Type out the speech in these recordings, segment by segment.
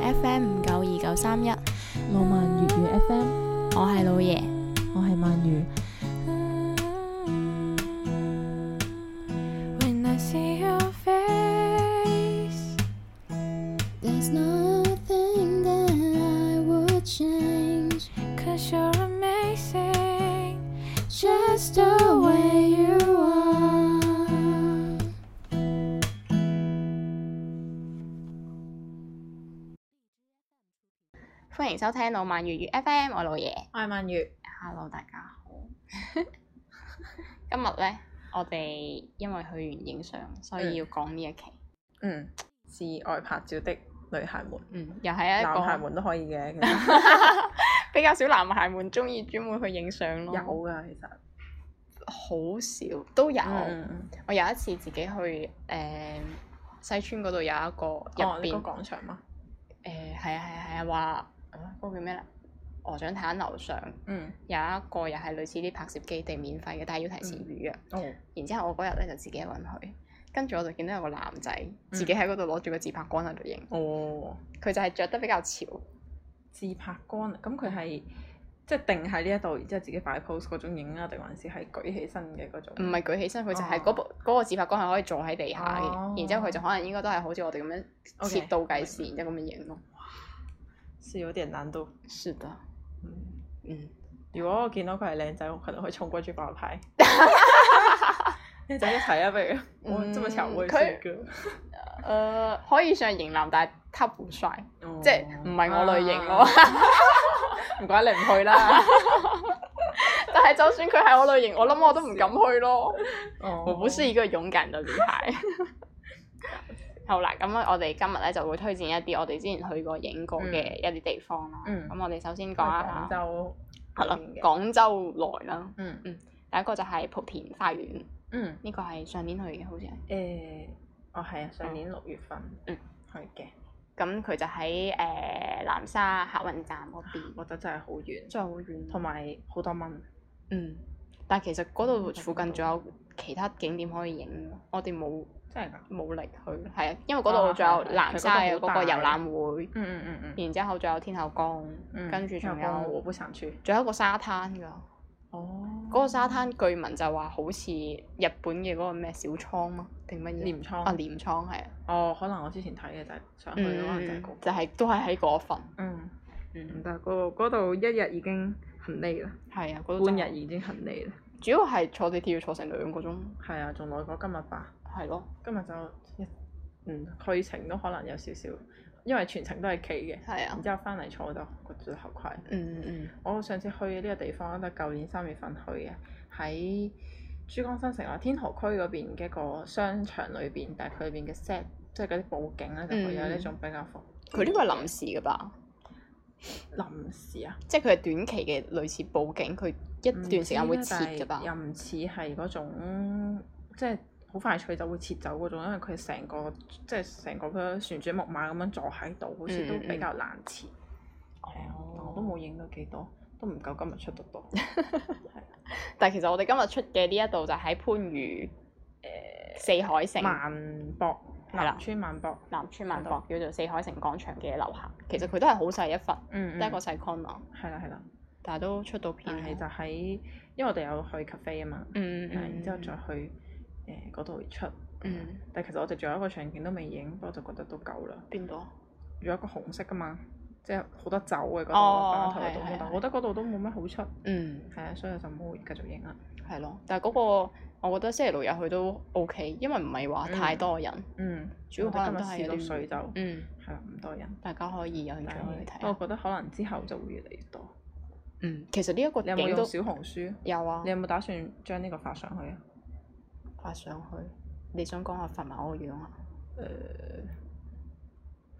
FM 五九二九三一，浪漫粵語 FM，我係老爺。我係曼如。 When I see your face, There's nothing that I would change. cause you're amazing. Just the way you are. 歡迎收聽老萬粵語 FM，我老爺。艾曼月， Hello，大家好。 今日呢，我哋因為去完影相，所以要講呢一期。嗯，是愛拍照的女孩們，嗯，又係一個男孩們都可以嘅，其實 比較少男孩們中意專門去影相咯，有㗎，其實。好少都有。嗯嗯我有一次自己去誒、西村嗰度有一個嗯入哦，你邊個廣場嘛，誒係啊係啊係啊話啊嗰個叫咩咧？哦鵝掌坦樓上嗯，有一個又係類似啲拍攝基地免費嘅，但係要提前預約。哦，然之後我嗰日咧就自己一個人去，跟住我就見到有個男仔嗯自己喺嗰度攞住個自拍杆喺度影，哦，佢就係着得比較潮。自拍杆，咁佢係即係定喺呢一度，然之後自己擺 pose 嗰種影啊，定還是係舉起身嘅嗰種？唔係舉起身，佢就係哦嗰部嗰個自拍杆係可以坐喺地下嘅，哦然之後佢就可能應該都係好似我哋咁樣 OK，設倒計時，然之後咁樣影咯。是有點難度。是的，嗯嗯，如果我見到佢係靚仔，我可能會衝過去爆 牌。靚仔一齊啊，嗯不如我這麼巧，我也是一個誒、呃可以上型男，但係他不帥，哦即係唔係我類型咯。唔怪你唔去啦。 但係就算佢係我類型，我諗我都唔敢去咯。我我不是一個勇敢的女孩。好啦，咁啊我哋今日咧就會推薦一啲我哋之前去過影過嘅一啲地方啦。咁、嗯我哋首先講一廣下，州係啦嗰邊，嘅廣州來啦。嗯第一個就係莆田花園，嗯呢、個係上年去嘅，好似係。誒，哦係啊，上年六月份嗯去嘅，咁佢就喺誒、呃南沙客運站嗰邊，覺得真係好啊遠，真係好遠。同埋好多蚊。嗯，但係其實嗰嗯度附近仲有其他景點可以影，我哋冇真係㗎？冇力去，係啊，因為嗰啊度仲有係係南沙嘅嗰個遊覽會，嗯嗯嗯嗯然之後仲有天後宮，嗯，跟住仲有個有湖北省處。仲有一個沙灘㗎，哦，嗰個沙灘據聞就話好似日本嘅嗰個咩小倉嗎定乜嘢？鎌倉啊，鎌倉係啊，哦，可能我之前睇嘅就係想去嗰個就係嗯嗰，個就係都係喺嗰份，嗯，嗯，但係嗰個嗰度一日已經很累啦，係啊，嗰度半真係日已經很累啦。主要係坐地鐵要坐成兩個鐘，係啊，仲耐過今日吧？係咯，今日就一嗯去程都可能有少少，因為全程都係企嘅，係啊然，之後翻嚟坐就焗住頭盔。嗯嗯我上次去嘅呢個地方都係舊年三月份去嘅，喺珠江新城啊天河區嗰邊嘅一個商場裏邊，但係佢裏邊嘅 set 即係嗰啲佈景咧，就會有呢種比較復嗯，佢呢個係臨時㗎吧？臨時啊，即係佢係短期嘅類似佈景，佢一段時間會唔知切啦㗎吧但係？又唔似係嗰種即係好快脆就會切走嗰種，因為佢成個即係成個佢旋轉木馬咁樣坐喺度，好似都嗯嗯比較難切。哦係啊但我都冇影到幾多，都唔夠今日出得多。但係其實我哋今日出嘅呢一度就喺番禺四海城萬博係啦南村萬博，南村萬嗰博叫做四海城廣場嘅樓下，其實佢都係好細一忽，嗯得一個細 corner，係啦係啦，但係都出到片但係就喺，因為我哋有去 cafe 啊嘛，嗯嗯係嗯然之後再去誒嗰度出，嗯但係其實我哋仲有一個場景都未影，不過就覺得都夠啦。邊度啊？有一個紅色噶嘛，即係好多酒嘅嗰度哦擺台度係係，但係我覺得嗰度都冇乜好出，嗯，係啊，所以我就冇繼續影啦。係咯，但係嗰個我覺得星期六日去都 OK，因為唔係話太多人，嗯，主要可能都係係有六啲歲就係嗯，啦，唔多人，大家可以有興但趣可以去係哦睇不下。過覺得可能之後就會越嚟越多。嗯，其實呢一個你有冇景用都小紅書？有啊你，有冇打算將呢個發上去啊？發上去。你想講我發埋我個樣啊？呃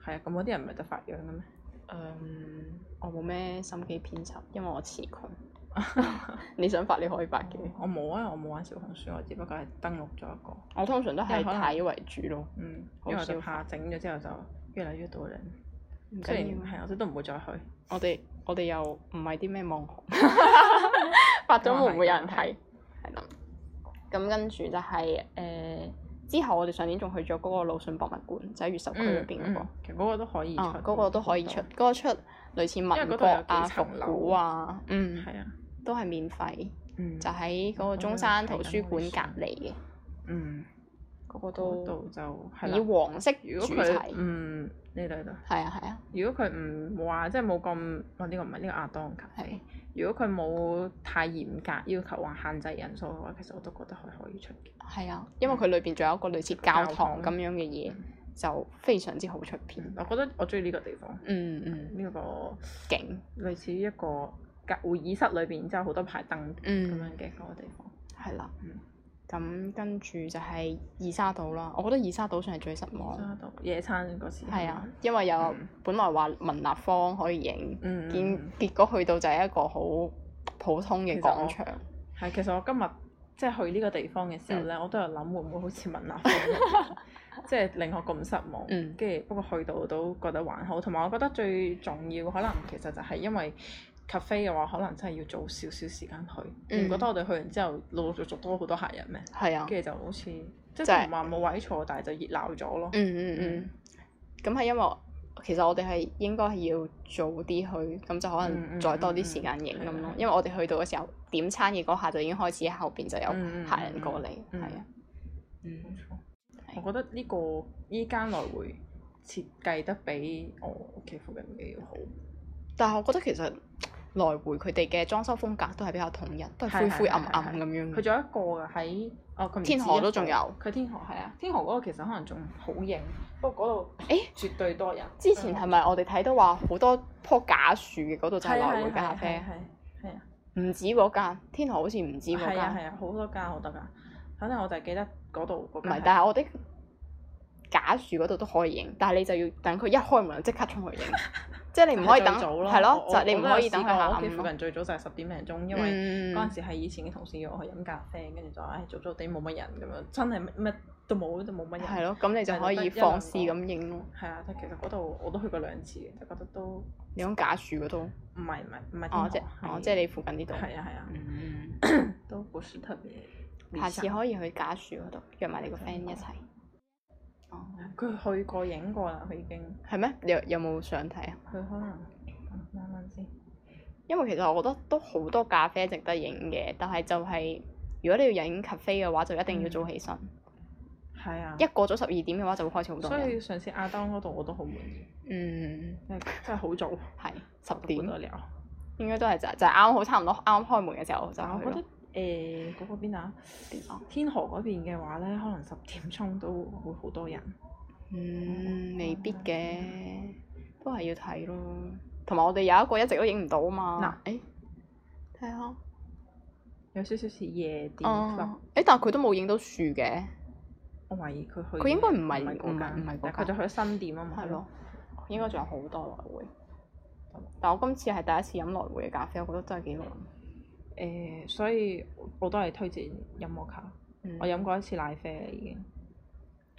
係啊，咁嗰啲人唔係得發樣嘅咩？嗯，我冇咩心機編輯，因為我詞窮。 你想發你可以發嘅，我冇啊，我冇玩小紅書，我只不過係登錄咗一個，我通常都係因為可能睇為主咯，嗯，好因為我就少嗯怕整咗之後就越嚟越多人。唔雖緊然要。嗯係，啊我都唔會再去。我哋我哋又唔係啲 咩網紅，啊發咗會唔會有人睇？係啦。咁跟住就係、誒、之後我哋上年仲去咗嗰個魯迅博物館，就喺越秀區嗰邊嗰個。啊嗯其實嗰個都可以出，啊，嗰個都可以出，嗰個出類似為嗰民度國有啊、幾層復樓古啊，嗯，係啊，都係免費，嗯就喺嗰個中山圖書館隔離嘅，嗯，嗰個嗰都度就係以啦。黃色如主果題，佢嗯唔係呢度呢度，啊係啊，如果佢唔話即係冇咁，哇呢個唔係呢個亞當咖啡係。如果佢冇太嚴格要求話限制人數嘅話，其實我都覺得佢可以出嘅。係啊，因為佢裏邊仲有一個類似教教堂堂咁樣嘅嘢嗯，就非常之好出片，嗯我覺得我中意呢個地方，嗯嗯，呢個勁，類似一個隔會議室裏邊，然之後好多排燈咁嗯樣，嘅嗰個地方。係啦嗯。咁跟住就係二沙島啦，我覺得二沙島上係最失望，沙島野餐嗰時係嘛啊，，因為有嗯本來話文立方可以影。嗯，見嗯結果去到就係一個好普通嘅廣場，係其實我今日即係去呢個地方嘅時候嗯咧，我都有諗會唔會好似文立方咁， 即係令我咁失望。嗯跟住不過去到都覺得還好，同埋我覺得最重要可能其實就係因為。咖啡嘅話，可能真係要早少少時間去。你唔嗯覺得我哋去完之後，陸陸續續多好多客人咩？係啊，跟住就好似即就係係唔話冇位坐，但係就熱鬧咗咯。嗯嗯嗯，咁係因為我其實我哋係應該係要早啲去，咁就可嗯嗯能再多嗯啲嗯時間影咁係咯啊。因為我哋去到嘅時候點餐嘅嗰下就已經開始後邊就有嗯嗯客人過嚟，嗯係啊，嗯我覺得呢、個呢間來回設計得比我屋企附近嘅要好。但係我覺得其實來回佢哋嘅裝修風格都係比較統一，都係灰灰暗暗咁樣佢嘅。仲有一個嘅喺哦，佢唔止嗯天河都仲有一個佢天河係啊，天河嗰個其實可能仲好型，不過嗰度誒絕對多人。嗯之前係咪我哋睇到話好多棵假樹嘅嗰度就係來回嘅咖啡？啊係啊唔止嗰間，天河好似唔止係嗰啊係啊間。係啊，好多間好多間，反正我就係記得嗰度嗰唔間係，但係我的假樹嗰度都可以影，但係你就要等佢一開門就即刻衝去 影，即係你唔可以等，係最早係咯，我就係你唔可以等佢下我我都有試過我屋企暗附咯。近最早就係十點零鐘，因為嗯，嗰陣時係以前嘅同事約我去飲咖啡，跟住就話唉早早地冇乜人咁樣，真係乜乜都冇都冇乜人。係咯，咁你就可以放肆咁影咯。係啊，但其實嗰度我都去過兩次嘅，就覺得都唔你講假樹嗰度，係唔係唔嗯係哦，即天河哦，即係你附近呢度。係啊係啊，嗯都不是特別理下想。次可以去假樹嗰度約埋你個嗯 friend 一齊。哦，佢去過影過啦，佢已經係咩？你有有冇想睇啊？佢可能諗諗先。因為其實我覺得都好多咖啡值得影嘅，但係就係、如果你要影 cafe 嘅話，就一定要早起身。嗯係啊，一過咗十二點嘅話，就會開始好多所人。以上次亞當嗰度我都好滿意，嗯，真係真係好早係十不得點，了。應該都係就就係啱好差唔多啱開門嘅時候就啊但我覺去得咯。誒嗰個邊啊，天河嗰邊嘅話咧，可能十點鐘都會好多人。嗯，未必嘅，都係要睇咯。同埋我哋有一個一直都影唔到啊嘛。嗱，誒，哦睇下，有少少似夜店 club，哦，誒，但係佢都冇影到樹嘅，我懷疑佢去佢應該唔係嗰唔係唔間，係嗰但佢就去咗新店啊嘛。係咯，應該仲有好多來回。但我今次係第一次飲來回嘅咖啡，我覺得真係幾好。誒、所以我都係推薦飲摩卡。嗯我飲過一次奶啡啦，已經。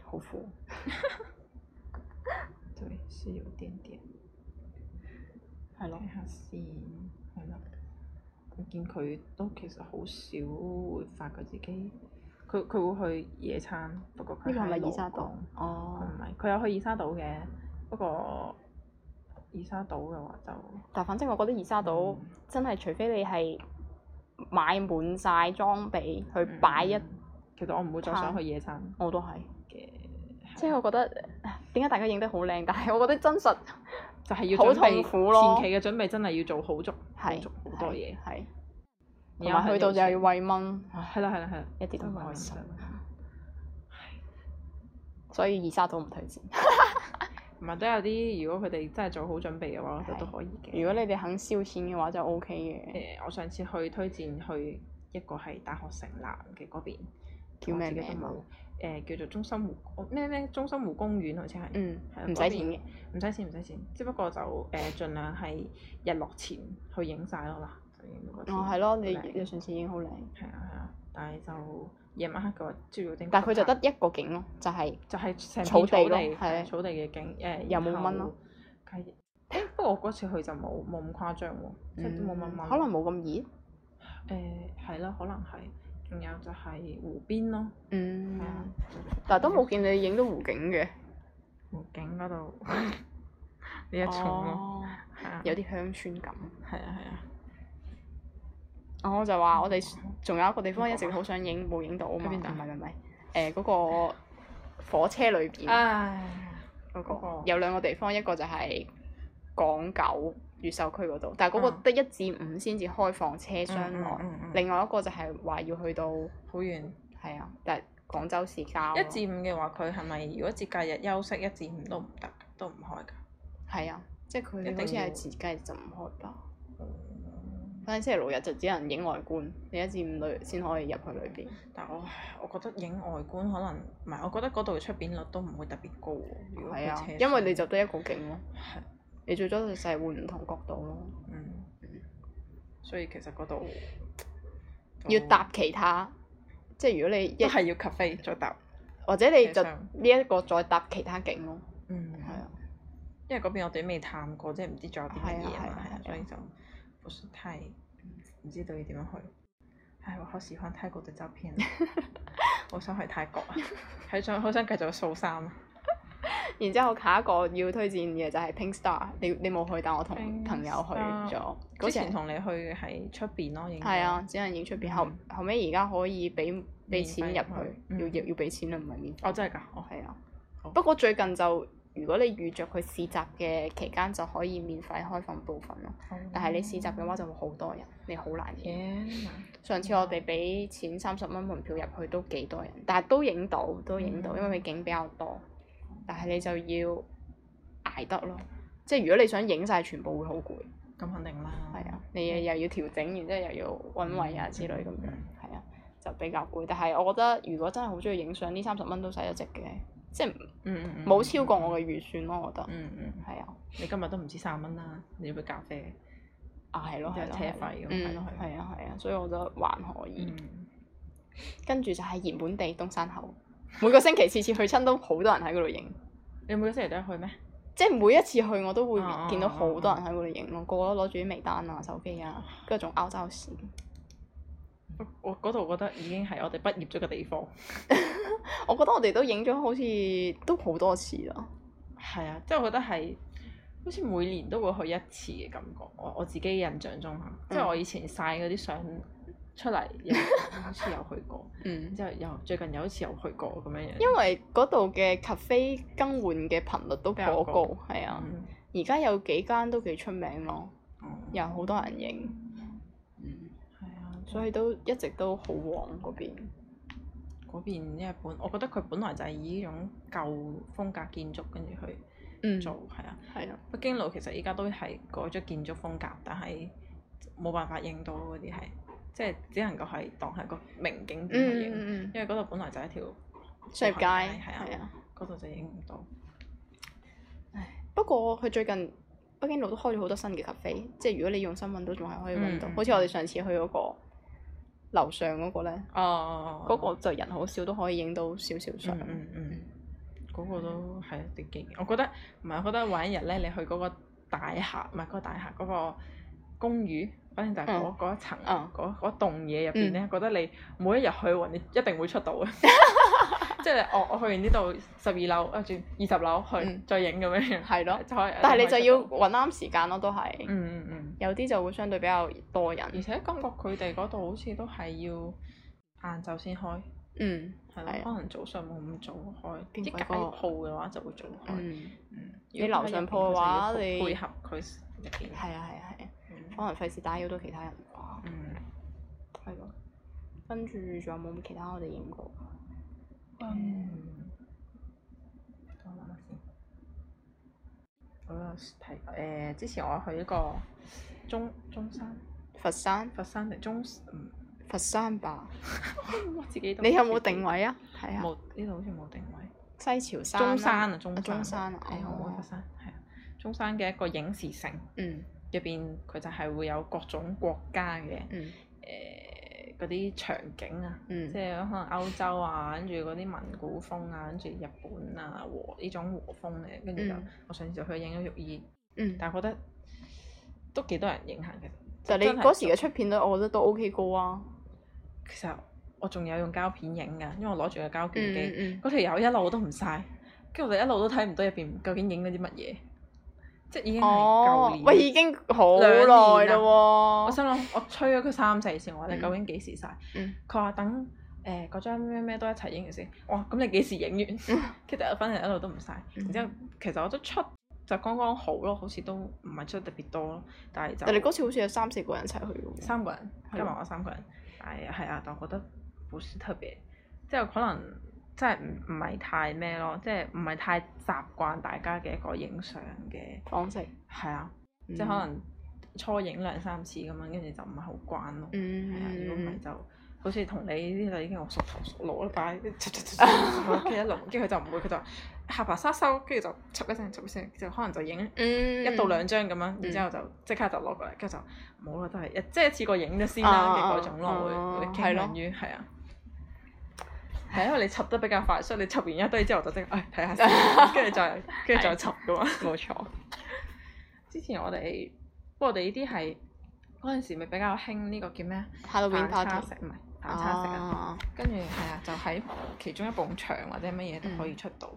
好苦。 對，是有點點。係咯，睇下先，係啦。我見佢都其實好少會發覺自己，佢佢會去野餐，不過佢呢個係咪喺二沙羅島江？哦佢，唔係，佢有去二沙島嘅，不過二沙島嘅話就但反正我覺得二沙嗯島真係，除非你係買滿晒裝備去擺一，嗯其實我唔會再想去野餐我都係。嘅，即係我覺得唉點解大家影得好靚，但係我覺得真實就係要好準備痛苦咯前期嘅準備真係要做好足，好係足好多嘢。係同然後埋去到就係要餵蚊，係啦係啦係啦，一啲都唔開心真係唔開心所以二沙島唔推 薦。同埋都有啲，如果佢哋真係做好準備嘅話，我覺得都可以嘅。如果你哋肯燒錢嘅話就 O K 誒、嘅，我上次去推薦去一個係大學城南嘅嗰邊，叫咩我名自己都啊冇？誒、叫做中心湖哦咩咩中心湖公園好似係，嗯係啦，唔使嗰邊錢嘅，唔使錢唔使錢，只不過就誒、盡量係日落前去影晒咯啦，就影到嗰天哦係咯，你好靚你上次影好靚，係啊係啊，但係就夜晚黑嘅話，朝早點？但係佢就得一個景咯，就係就係成片草草地地咯係係草地嘅景，誒、又冇然蚊後咯。係誒，不過我嗰次去就冇冇咁誇張喎，即係都冇乜嗯蚊。可能冇咁熱，誒係咯，可能係。仲有就係湖邊咯，嗯係啊，但係都冇見你影到湖景嘅。湖景嗰度 呢一重咯，哦係啊，有啲鄉村感。係啊係啊，哦我就話我哋仲有一個地方一直好想影冇影到啊嘛，喺唔邊度係唔係唔係，誒嗰、個火車裏邊啊唉，嗰個嗰個有兩個地方，一個就係港九越秀區嗰度，但係嗰個嗯得一至五先至開放車廂嗯內，嗯嗯嗯另外一個就係話要去到好遠。係啊，但係廣州市郊啊咯一至五嘅話，佢係咪如果節假日休息一至五都唔得，都唔開㗎？係啊，即係佢定好似要係自己就唔開吧。反正星期六日就只能影外觀，你一至五裏先可以入去裏邊。但我我覺得影外觀可能唔係，我覺得嗰度出片率都唔會特別高喎。如果係佢啊車，因為廂你就得一個景咯，係你最多就係換唔同角度咯，嗯，所以其實嗰度要就搭其他，即係如果你一嗯都係要 cafe 再搭。或者你就車廂呢一個再搭其他景咯，嗯，係啊，因為嗰邊我哋未探過，即係唔知仲有啲乜嘢係啊係啊嘛係啊，所以就不是太唔知道要點樣去。唉，我好喜歡泰國嘅照片 啊，好想去泰國啊，係想好想繼續掃衫啊。然之後下一個要推薦嘅就係 Pink Star，你你冇去，但我同 Pink 朋友去 Star 咗，之嗰時前係同你去嘅喺出邊咯，影係啊，，只能影出邊，後嗯後尾而家可以俾俾免錢入費入去去，要嗯要要俾錢啦，唔係免費。哦真係㗎，哦係啊好，不過最近就如果你預着佢市集嘅期間就可以免費開放部分咯，但係你市集嘅話就會好多人，你好難影。嘢上次我哋俾錢三十蚊門票入去都幾多人，但係都影到，都影到，嗯因為佢景比較多。但係你就要捱得嗯咯，即係如果你想影晒全部會好攰，咁肯定啦，係啊，嗯你又又要調整，然之後又要揾位啊之類咁樣，係啊，就比較攰。但係我覺得如果真係好中意影相，呢三十蚊都使得值嘅，即係嗯，嗯嗯冇超過我嘅預算咯，我覺得嗯嗯，係啊，你今日都唔止三蚊啦，你要杯咖啡，啊係咯有係咯，車係咯費咁嗯嗯係咯係咯係啊係啊，所以我覺得還可以。嗯，跟住就係熱門地東山口，每個星期次次去親都好多人喺嗰度影，你每個星期都有去咩？即係每一次去我都會哦見到好多人喺嗰度影咯，個個都攞住啲微單啊、手機啊，跟住仲拗州線。我我嗰度覺得已經係我哋畢業咗嘅地方。我覺得我哋都影咗好似都好多次啦，係啊，即係我覺得係好似每年都會去一次嘅感覺。我我自己印象中嚇，即嗯係我以前晒嗰啲相出嚟， 又好似有去過，嗯然，之後又最近又好似有去過咁樣樣。因為嗰度嘅 cafe 更換嘅頻率都比較頗高高，係啊，嗯而家有幾間都幾出名咯，嗯有好多人影，係啊，所所以都一直都好旺嗰邊。以嗰邊因為本我覺得佢本來就係以呢種舊風格建築跟住去嗯，做係啊。係啊，北京路其實依家都係改咗建築風格，但係冇辦法影到嗰啲係，即係只能夠係當係個名景嗯點去影，嗯嗯因為嗰度本來就係一條嗯，商業街係啊係啊。嗰度就影唔到。哦不過佢最近北京路都開咗好多新嘅 cafe，即係如果你用心揾到，仲係可以揾到。嗯好似我哋上次去嗰個樓上嗰個咧，哦嗰、個就人好少都可以影到少少相嗯。嗯嗯，嗰個都係一啲經，我覺得唔係，我覺得玩一日咧，你去嗰個大廈，唔係嗰個大廈嗰個公寓。反正就係嗰嗰一層，嗯嗰嗰棟嘢入邊咧，覺得你每一日去喎，你一定會出 到嘅。 即係我我去完呢度十二樓，跟住二十樓去嗯再影咁樣樣。係咯就可以但係你就要可以出到揾啱時間咯，都係。嗯嗯嗯。有啲就會相對比較多而人。且感覺佢哋嗰度好似都係要晏晝先開。嗯係係咯啊，可能早上冇咁早開，啲邊街鬼個鋪嘅話就會早開。嗯，嗯你樓上鋪嘅話如果喺入邊佢就要你配合佢入邊。係啊係啊係啊，嗯可能費事打擾到其他人啩。嗯，係咯。跟住仲有冇其他我哋影過？嗯等我諗下先。我有睇誒、之前我去呢個中中山佛山，佛山定中，嗯，佛山吧。我自己都你有冇定位啊？係啊，冇呢度好似冇定位。西樵山啦。中山啊，中山。中山啊係哦我冇去佛山，係啊，中山嘅一個影視城嗯入邊，佢就係會有各種國家嘅。嗯誒嗰啲場景啊，嗯即。係可能歐洲啊，跟住嗰啲民古風啊，跟住日本啊和呢種和風嘅，跟住就、嗯我上次就去影咗浴衣，嗯，但係覺得都幾多人影下嘅。但你真係嗰時嘅出片率，我覺得都 OK 高啊。其實我仲有用膠片影㗎，因為我攞住個膠卷機。嗯嗯嗰條友一路都唔晒，跟住我哋一路都睇唔到入邊究竟影咗啲乜嘢，即係已經嗯，係舊哦年。，喂，已經好兩耐年咯啦我喎，心諗，我催咗佢三四次，我話你哦嗯究竟幾時晒？嗯佢話等誒嗰張咩咩都一齊影完先。哇！咁你幾時影嗯 完？跟住我反正一路都唔晒。然之後其實我都出就剛剛好咯，好似都唔係出得特別多咯，但係就但係你嗰嗯次好似有三四個人一齊去嘅喎，三個人，加埋我三個人，但係係啊，但我覺得不是特別，即係可能真係唔唔係太咩咯，即係唔係太習慣大家嘅一個影相嘅，方式，係啊，即即係可，能初影兩三次咁樣，跟住就唔係好慣咯，係啊，嗯，如果唔係就。好似同你呢啲就已經我熟頭熟路啦，擺 跟住一輪，跟住佢就唔會，佢就話下巴沙收，跟住就插一聲，插一聲，就可能就影嗯，一到兩張咁樣，然之後就即刻就攞過嚟，跟住就冇啦，都係一即係一次過影咗先啦嘅啊嗰種咯，啊會會係傾咯向於係啊。係啊因為你插得比較快，所以你插完一堆之後就即係，唉睇下 先，跟住再跟住再插噶嘛。冇錯，之前我哋，不過我哋呢啲係嗰陣時咪比較興呢個叫咩啊？ Halloween 反差 party，食唔係反差食啊！啊，跟住係啊，就喺其中一埲牆或者乜嘢都可以出到，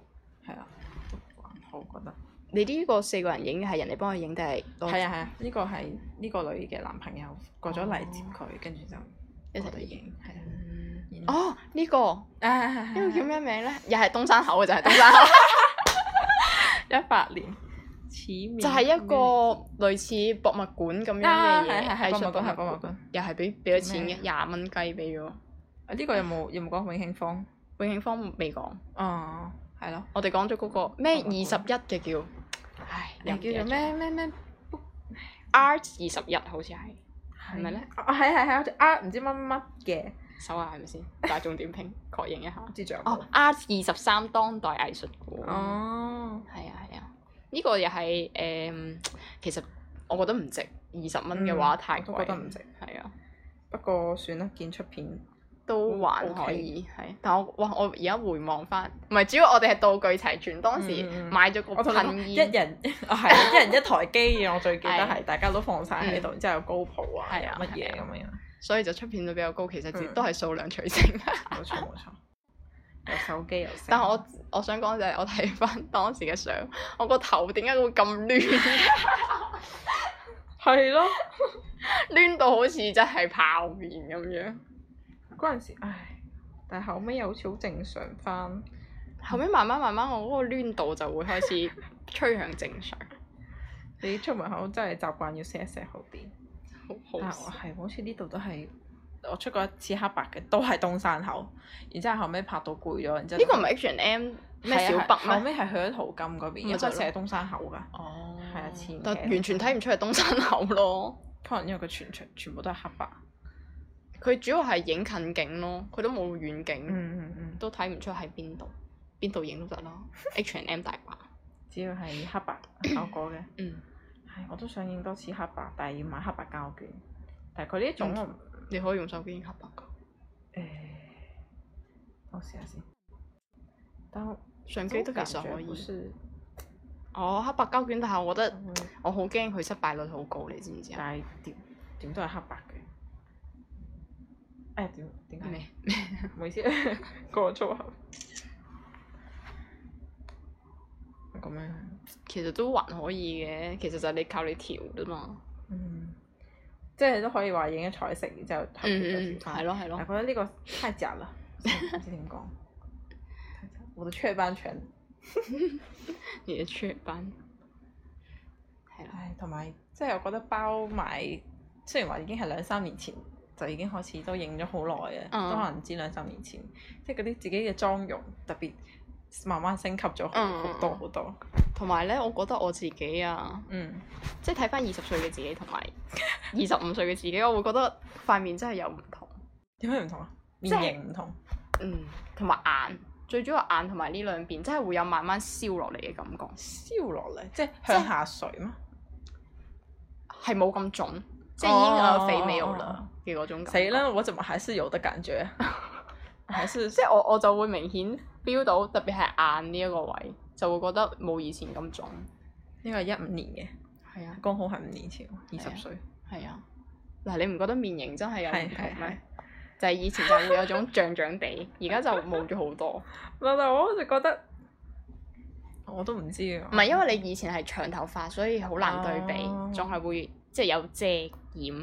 係啊，都還好覺得。你呢個四個人影嘅係人哋幫佢影定係多係啊係啊，呢個係呢個女嘅男朋友過咗嚟接佢，跟住就哦一齊我哋影，係啊嗯影哦，呢個啊係係，呢個係叫？咩名咧？又係東山口嘅就係東山口，一百年，似面嗯就係一個類似博物館咁樣啊嘅係嘢，係係藝術博物館係博博物物館館，又係俾俾咗錢咩嘅，廿蚊雞俾咗。啊呢個有冇有冇講永慶坊？永慶坊未講，哦，係咯，我哋講咗嗰個咩博二十物一館嘅叫，唉，又誒唔記叫得做咗咩咩咩？ ？Art 二十一好似係，係咪咧？啊係係係，好似啊唔知乜乜乜嘅，搜下係咪 先？大眾點評確認一下唔。知仲有冇哦，Art 二十三當代藝術館。哦，係啊係啊，呢、個又係誒，其實我覺得唔值二十蚊嘅話嗯太我貴，都覺得唔值。係啊，不過算啦，見出片都還 OK 可以係，但我哇，我而家回望翻，唔係主要我哋係道具齊全，當時嗯嗯嗯買咗個我同你講噴一煙，人 啊係 啊一人一台機嘅，我最記得係嗯係大家都放晒喺度，然之後有高普啊，係有啊乜嘢係咁啊樣。所以就出片率比較高，其實只嗯都係數量取勝。冇錯冇錯，有手機有成。但係我我想講就係我睇翻 當時嘅相，我個頭點解會咁亂，係咯，亂到好似真係泡面咁樣。嗰陣時唉，但係後尾又好似好正常翻。後尾慢慢慢慢，我嗰個攣度就會開始趨向正常，你出門口真係習慣要錫一錫好啲。好好但係笑我係好似呢度都係我出過一次黑白嘅，都係東山口。然之後後尾拍到攰咗，然之後呢個唔係 H&M 咩係小啊係北後咩？尾係去咗淘金嗰邊，因咪為就係咯寫東山口㗎。哦係啊前但期完全睇唔出係東山口咯。可能因為佢全場全部都係黑白。佢主要係影近景咯，佢都冇遠景，嗯嗯嗯，都睇唔出喺邊度，邊度影都得啦。H&M 大把，只要係黑白效果嘅。嗯，唉，我都想影多次黑白，但係要買黑白膠卷。但係佢呢一種我唔你可以用手機影黑白㗎，嗯誒，我試下先。但我相機都其實可感覺不以。是哦，黑白膠卷，但係我覺得嗯我好驚佢失敗率好高，你知唔知啊？但係點點都係黑白嘅。哎呀，點點解？咩？啊唔好意思， 講粗口。咁樣，其實都還可以嘅，其實就係你靠你調啫嘛。嗯，即係都可以話影咗彩色，然之後合嗯咗嗯嗯，調係翻。咯係咯我。覺得呢個太假了，唔知點講。太假我的雀斑犬，你嘅出版係啦，唉，同埋即係我覺得包埋，雖然話已經係兩三年前就已經開始都影咗好耐嘅，嗯都可能唔止兩三年前，即係嗰啲自己嘅妝容特別慢慢升級咗好嗯嗯好多好多。同埋咧，我覺得我自己啊，嗯，即係睇翻二十歲嘅自己同 埋二十五歲嘅自己，我會覺得塊面真係有唔同。點解唔同啊？係面型唔同，嗯，同埋眼，最主要眼同埋呢兩邊，真係會有慢慢消落嚟嘅感覺，燒落嚟，即係向下垂嘛，係冇咁腫，即係已經哦有肥美有啦嘅嗰種感死覺。啦！我怎麼還是有的感覺？還是即係我我就會明顯 feel 到，特別係眼呢一個位，就會覺得冇以前咁腫。呢個係一五年係啊嘅，，剛好係五年前，二係啊十歲。係啊。嗱，你唔覺得面型真係有唔係同係係咩？，就係以前就會有種漲漲地，而家就冇咗好多。但係我就覺得我都唔知啊。唔係因為你以前係長頭髮，所以好難對比哦，仲係會即係有遮掩，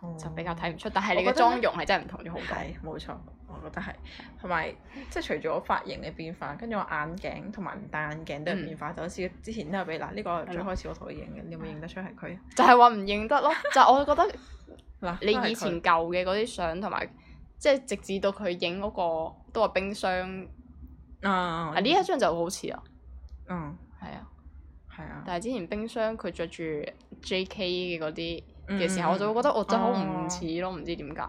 哦就比較睇唔出。但係你我嘅覺得妝呢容係真係唔同咗好多。係冇錯，我覺得係，同埋即係除咗我髮型嘅變化，跟住我眼鏡同埋戴眼鏡都有變化。就好似嗯之前都有俾嗱，呢個最開始我同佢影嘅，你有冇認得出係佢？就係話唔認得 咯，就我覺得嗱，你都係佢以前舊嘅嗰啲相同埋，即係直至到佢影嗰個都話冰箱，啊啊呢一張就好似啊，嗯係啊，係啊，但係之前冰箱佢着住 J.K. 嘅嗰啲嘅時嗯候，我就會覺得我真係好哦唔似咯，唔知點解。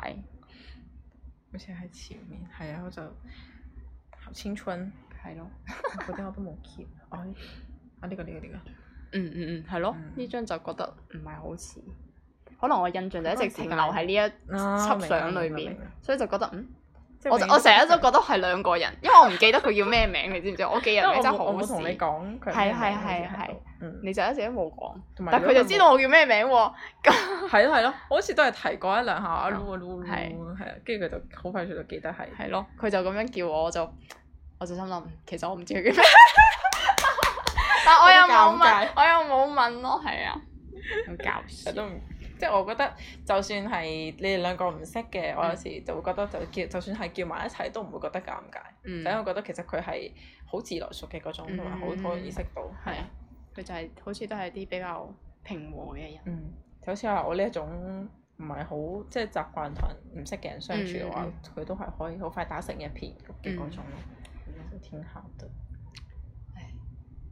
好似喺前面係啊，我就好青春係咯，嗰啲我都冇 keep。哦啊呢個呢個呢個。嗯嗯嗯，係咯嗯，呢張就覺得唔係好似，可能我印象就一嗰陣直時停留戴喺呢一啊輯相裏明白明面白，所以就覺得嗯。即係我永遠我成日都覺覺得係兩個人，因為我唔記得佢叫咩名，你知唔知？我記因為人我名真係冇好我冇同你屎講佢係咩名好似係係喺係度嗯你就一直都冇講，同埋但如果佢就知道我叫咩名喎。冇係咯係咯，我好似都係提過一兩下啊嚕啊嚕啊係嚕啊係啊，跟住佢就好快速就記得係。係咯，佢就咁樣叫我，我就我就心諗，其實我唔知佢 叫咩，但我又冇有啲尷問，我又冇問咯，係啊，好搞笑我。都唔，即係我覺得，就算係你哋兩個唔識嘅，我有時就會覺得就叫，就算係叫埋一齊都唔會覺得尷尬，就嗯因為我覺得其實佢係好自來熟嘅嗰種，同埋好好容易識到，係啊，佢就係好似都係啲比較平和嘅人。嗯，就好似話我呢一種唔係好即係習慣同人唔識嘅人相處嘅話嗯，佢、都係可以好快打成一片嘅嗰種咯，嗯、挺好的。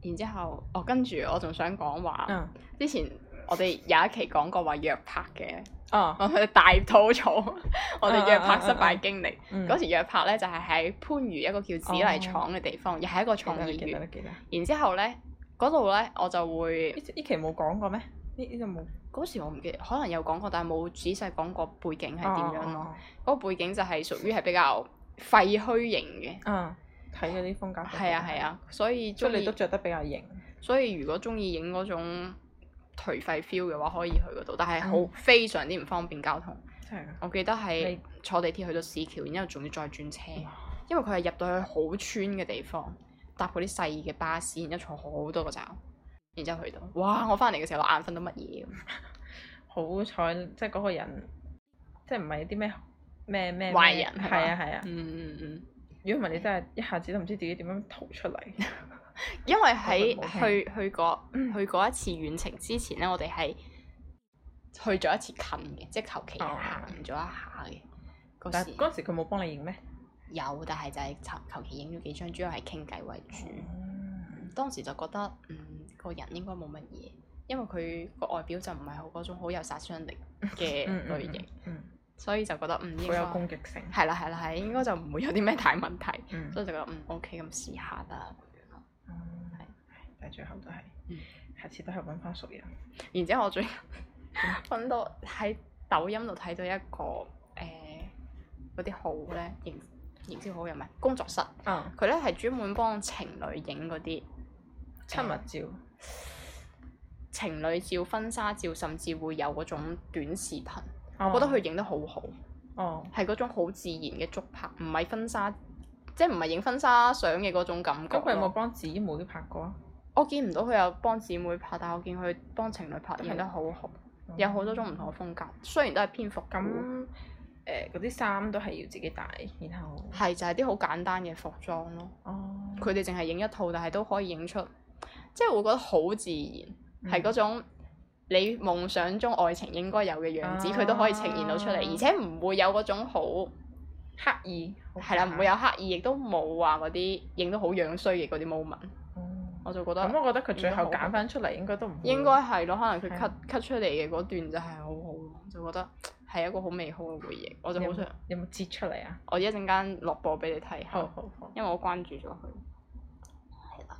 然之後，哦，跟住我仲想講話，嗯，之前我哋有一期講過話約拍嘅，啊，我哋大吐槽 我哋約拍失敗經歷。嗯哦嗰時約拍咧就係喺番禺一個叫紫泥廠嘅地方，又係一個記得創意記得園。記得，然之後咧，嗰度咧我就會呢呢期冇講過咩？哦呢呢度冇嗰時我唔記得，可能有講過，但係冇仔細講過背景係點樣啊咯。哦？嗰、個背景就係屬於係比較廢墟型嘅，哦哦嗯，睇嗰啲風格。係啊係。啊，所以所中以你意都，着得比較型。所以如果中意影嗰種頹廢 feel 嘅話，可以去嗰度，但係好、嗯非常之唔方便交通。真係㗎我記得係啊你坐地鐵去到市橋，然之後仲要再轉車哇，因為佢係入到去好村嘅地方，搭嗰啲細嘅巴士，然之後坐好多個站，然之後去到，哇！我翻嚟嘅時候我眼瞓到乜嘢咁，好彩，即係嗰個人，即係唔係啲咩咩咩壞人係嘛係啊係啊！嗯嗯嗯。如果唔係你真係一下子都唔知自己點樣逃 出嚟。因為我喺冇聽嗯去去嗰去嗰一次遠程之前咧，我哋係去咗一次近嘅，即係求其哦行咗一下嘅。嗰但時係嗰時佢冇幫你影咩？有，但係就係求求其影咗幾張，主要係傾偈為主。當時就覺得嗯個人應該冇乜嘢，因為佢個外表就唔係好嗰種好有殺傷力嘅 嗯類型，，嗯所以就覺得嗯嗯應好該有攻擊性。係啦係啦係，應該就唔會有啲咩大 問題，嗯所以就覺得嗯 OK 咁試下啦。嗯但係最後都係嗯，下次都係揾翻熟人。然之後我最 揾到喺抖音度睇到一個誒嗰啲號咧，營營銷號又唔係工作室，啊，佢咧係專門幫情侶影嗰啲親密照，情侶照、婚紗照，甚至會有嗰種短視頻。我我覺得佢影得好好，哦，係嗰種好自然嘅觸拍，唔係婚紗，即係唔係影婚紗相嘅嗰種感覺咁佢有冇咯。幫姊妹拍過啊？我見唔到佢有幫姊妹拍，但我見佢幫情侶拍影得好好，有好多種唔同嘅風格。雖然都係蝙蝠哦嗯咁咁。誒嗰啲衫都係要自己帶，然後係就係啲好簡單嘅服裝咯，哦，佢哋淨係影一套，但係都可以影出，即係會覺得好自然，嗯係嗰、種你夢想中愛情應該有嘅樣子，佢、都可以呈現到出嚟，啊而且唔會有嗰種好刻意係啦，唔會有刻意，亦都冇話嗰啲影到好樣衰嘅嗰啲 moment，哦我就覺咁得我覺得佢最後揀翻出嚟應該都唔會應該係咯，可能佢係 cut cut 出嚟嘅嗰段就係好好咯，就覺得係一個好美好嘅回憶，我就你好有冇想有冇截出嚟啊？我一陣間落播俾你睇好下，好好。因為我關注咗佢，係啦，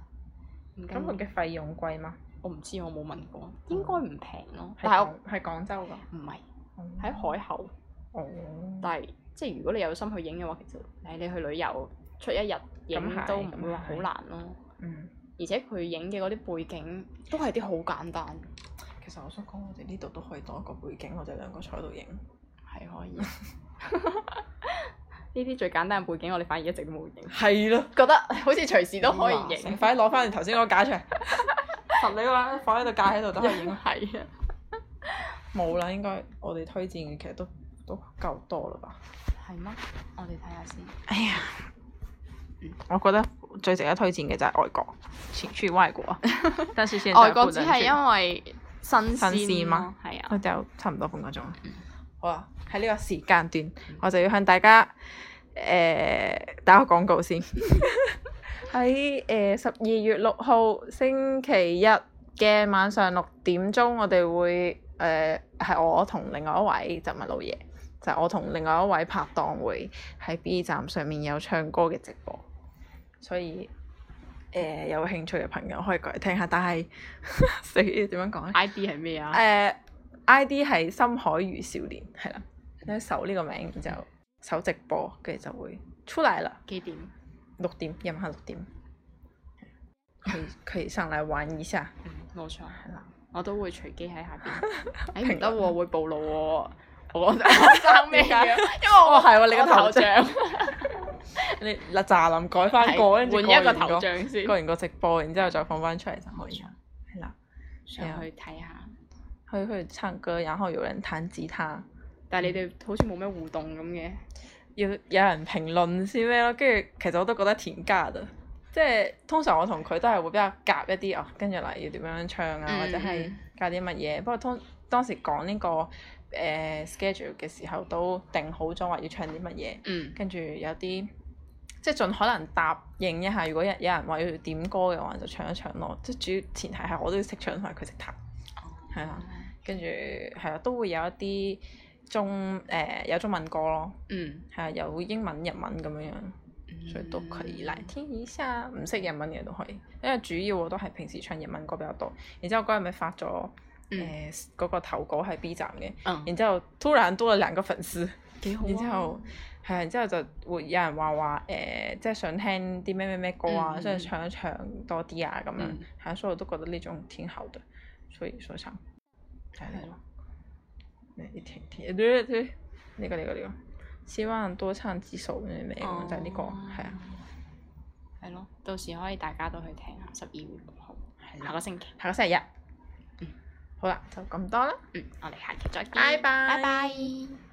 唔緊咁啊要佢嘅費用貴嗎？我唔知，我冇問過，應該唔平咯。但嗯係係我廣係廣州㗎。唔係喺喺海口，哦，但係即係如果你有心去影嘅話，其實誒你去旅遊出一日咁係影都唔會咁話好係難咯。嗯，而且佢影嘅嗰啲背景都係啲好簡單，其實我想 講，我哋呢度都可以當一個背景，我哋兩個坐喺度影。係可以。呢啲最簡單嘅背景，我哋反而一直都冇影，係咯，覺得 好似隨時都可以影，快啲攞翻你頭先嗰個架出嚟， 實你話放喺度架喺度等我 影。係啊，冇啦，應該我哋推薦嘅其實都都夠多啦吧。係嗎？我哋睇下先。哎呀，我覺得最值得推薦嘅就係外國，前去外國， 但是現在外國只係為因為新新鮮鮮嗎咯，係啊，我哋有差唔多半個鐘啦。好啊，喺呢個時間段，我就要向大家誒、呃打個廣告先。喺誒十二月六號星期一嘅晚上六點鐘，我哋會誒係、我同另外一位就唔係老爺，就係我同另外一位拍檔會喺 B 站上面有唱歌嘅直播，所以誒、呃有興趣嘅朋友可以過嚟聽下。但係 死點樣講咧？ ID 係咩啊誒、？ID 呃係深海魚少年，係啦，你搜呢個名，然之後搜直播，跟住就會出嚟啦。幾點？六點，夜晚六點，可以可以上嚟玩一下。嗯，冇錯，係啦，我都會隨機喺下 邊。誒評論唔得喎，會暴露喎， 我我生咩樣？因為我哦係喎你個我頭像像 你嗱咋臨改翻個，跟係住換一個個頭像先，過完個直播，然之後再放翻出嚟就可以啦。係啦，上去睇啊下。去去唱歌，然後有人彈吉他，但係你嗯哋好似冇咩互動咁嘅，要有人評論先咩咯。跟住其實我都覺得田家嘅，即係通常我同佢都係會比較夾一啲哦，跟住嚟要點樣唱啊，或者係。教啲乜嘢。不過通當時講呢、個誒、呃 schedule 嘅時候，都定好咗話要唱啲乜嘢，嗯跟住有啲即係盡可能答應一下。如果有有人話要點歌嘅話，就唱一唱咯。即係主要前提係我都要識唱同埋佢識彈，係啦。跟住係啦，都會有一啲中誒、呃有中文歌咯，嗯，係啊，有英文、日文咁樣樣。所以都可以嚟聽一下，啊唔識日文嘅都可以，因為主要我都係平時唱日文歌比較多。然之後嗰日咪發咗嗯誒嗰個投稿係 B 站嘅，嗯，然之後突然多咗兩個粉絲，幾好啊。然之後係啊，然之後就會有人話話誒，即係想聽啲咩咩咩歌啊，嗯即係唱一唱多啲啊咁樣，嗯係啊，所以我都覺得呢種挺好的，所以說唱係啊係咯，你聽聽，對對，呢個呢個呢個，希望多唱幾首咩咩咩咁樣就係呢個哦係啊。，係咯，到時可以大家都去聽下，十二月六號，係下個星期。下個星期日。嗯好啦，就咁多啦，嗯，我哋下期再見。拜拜拜拜。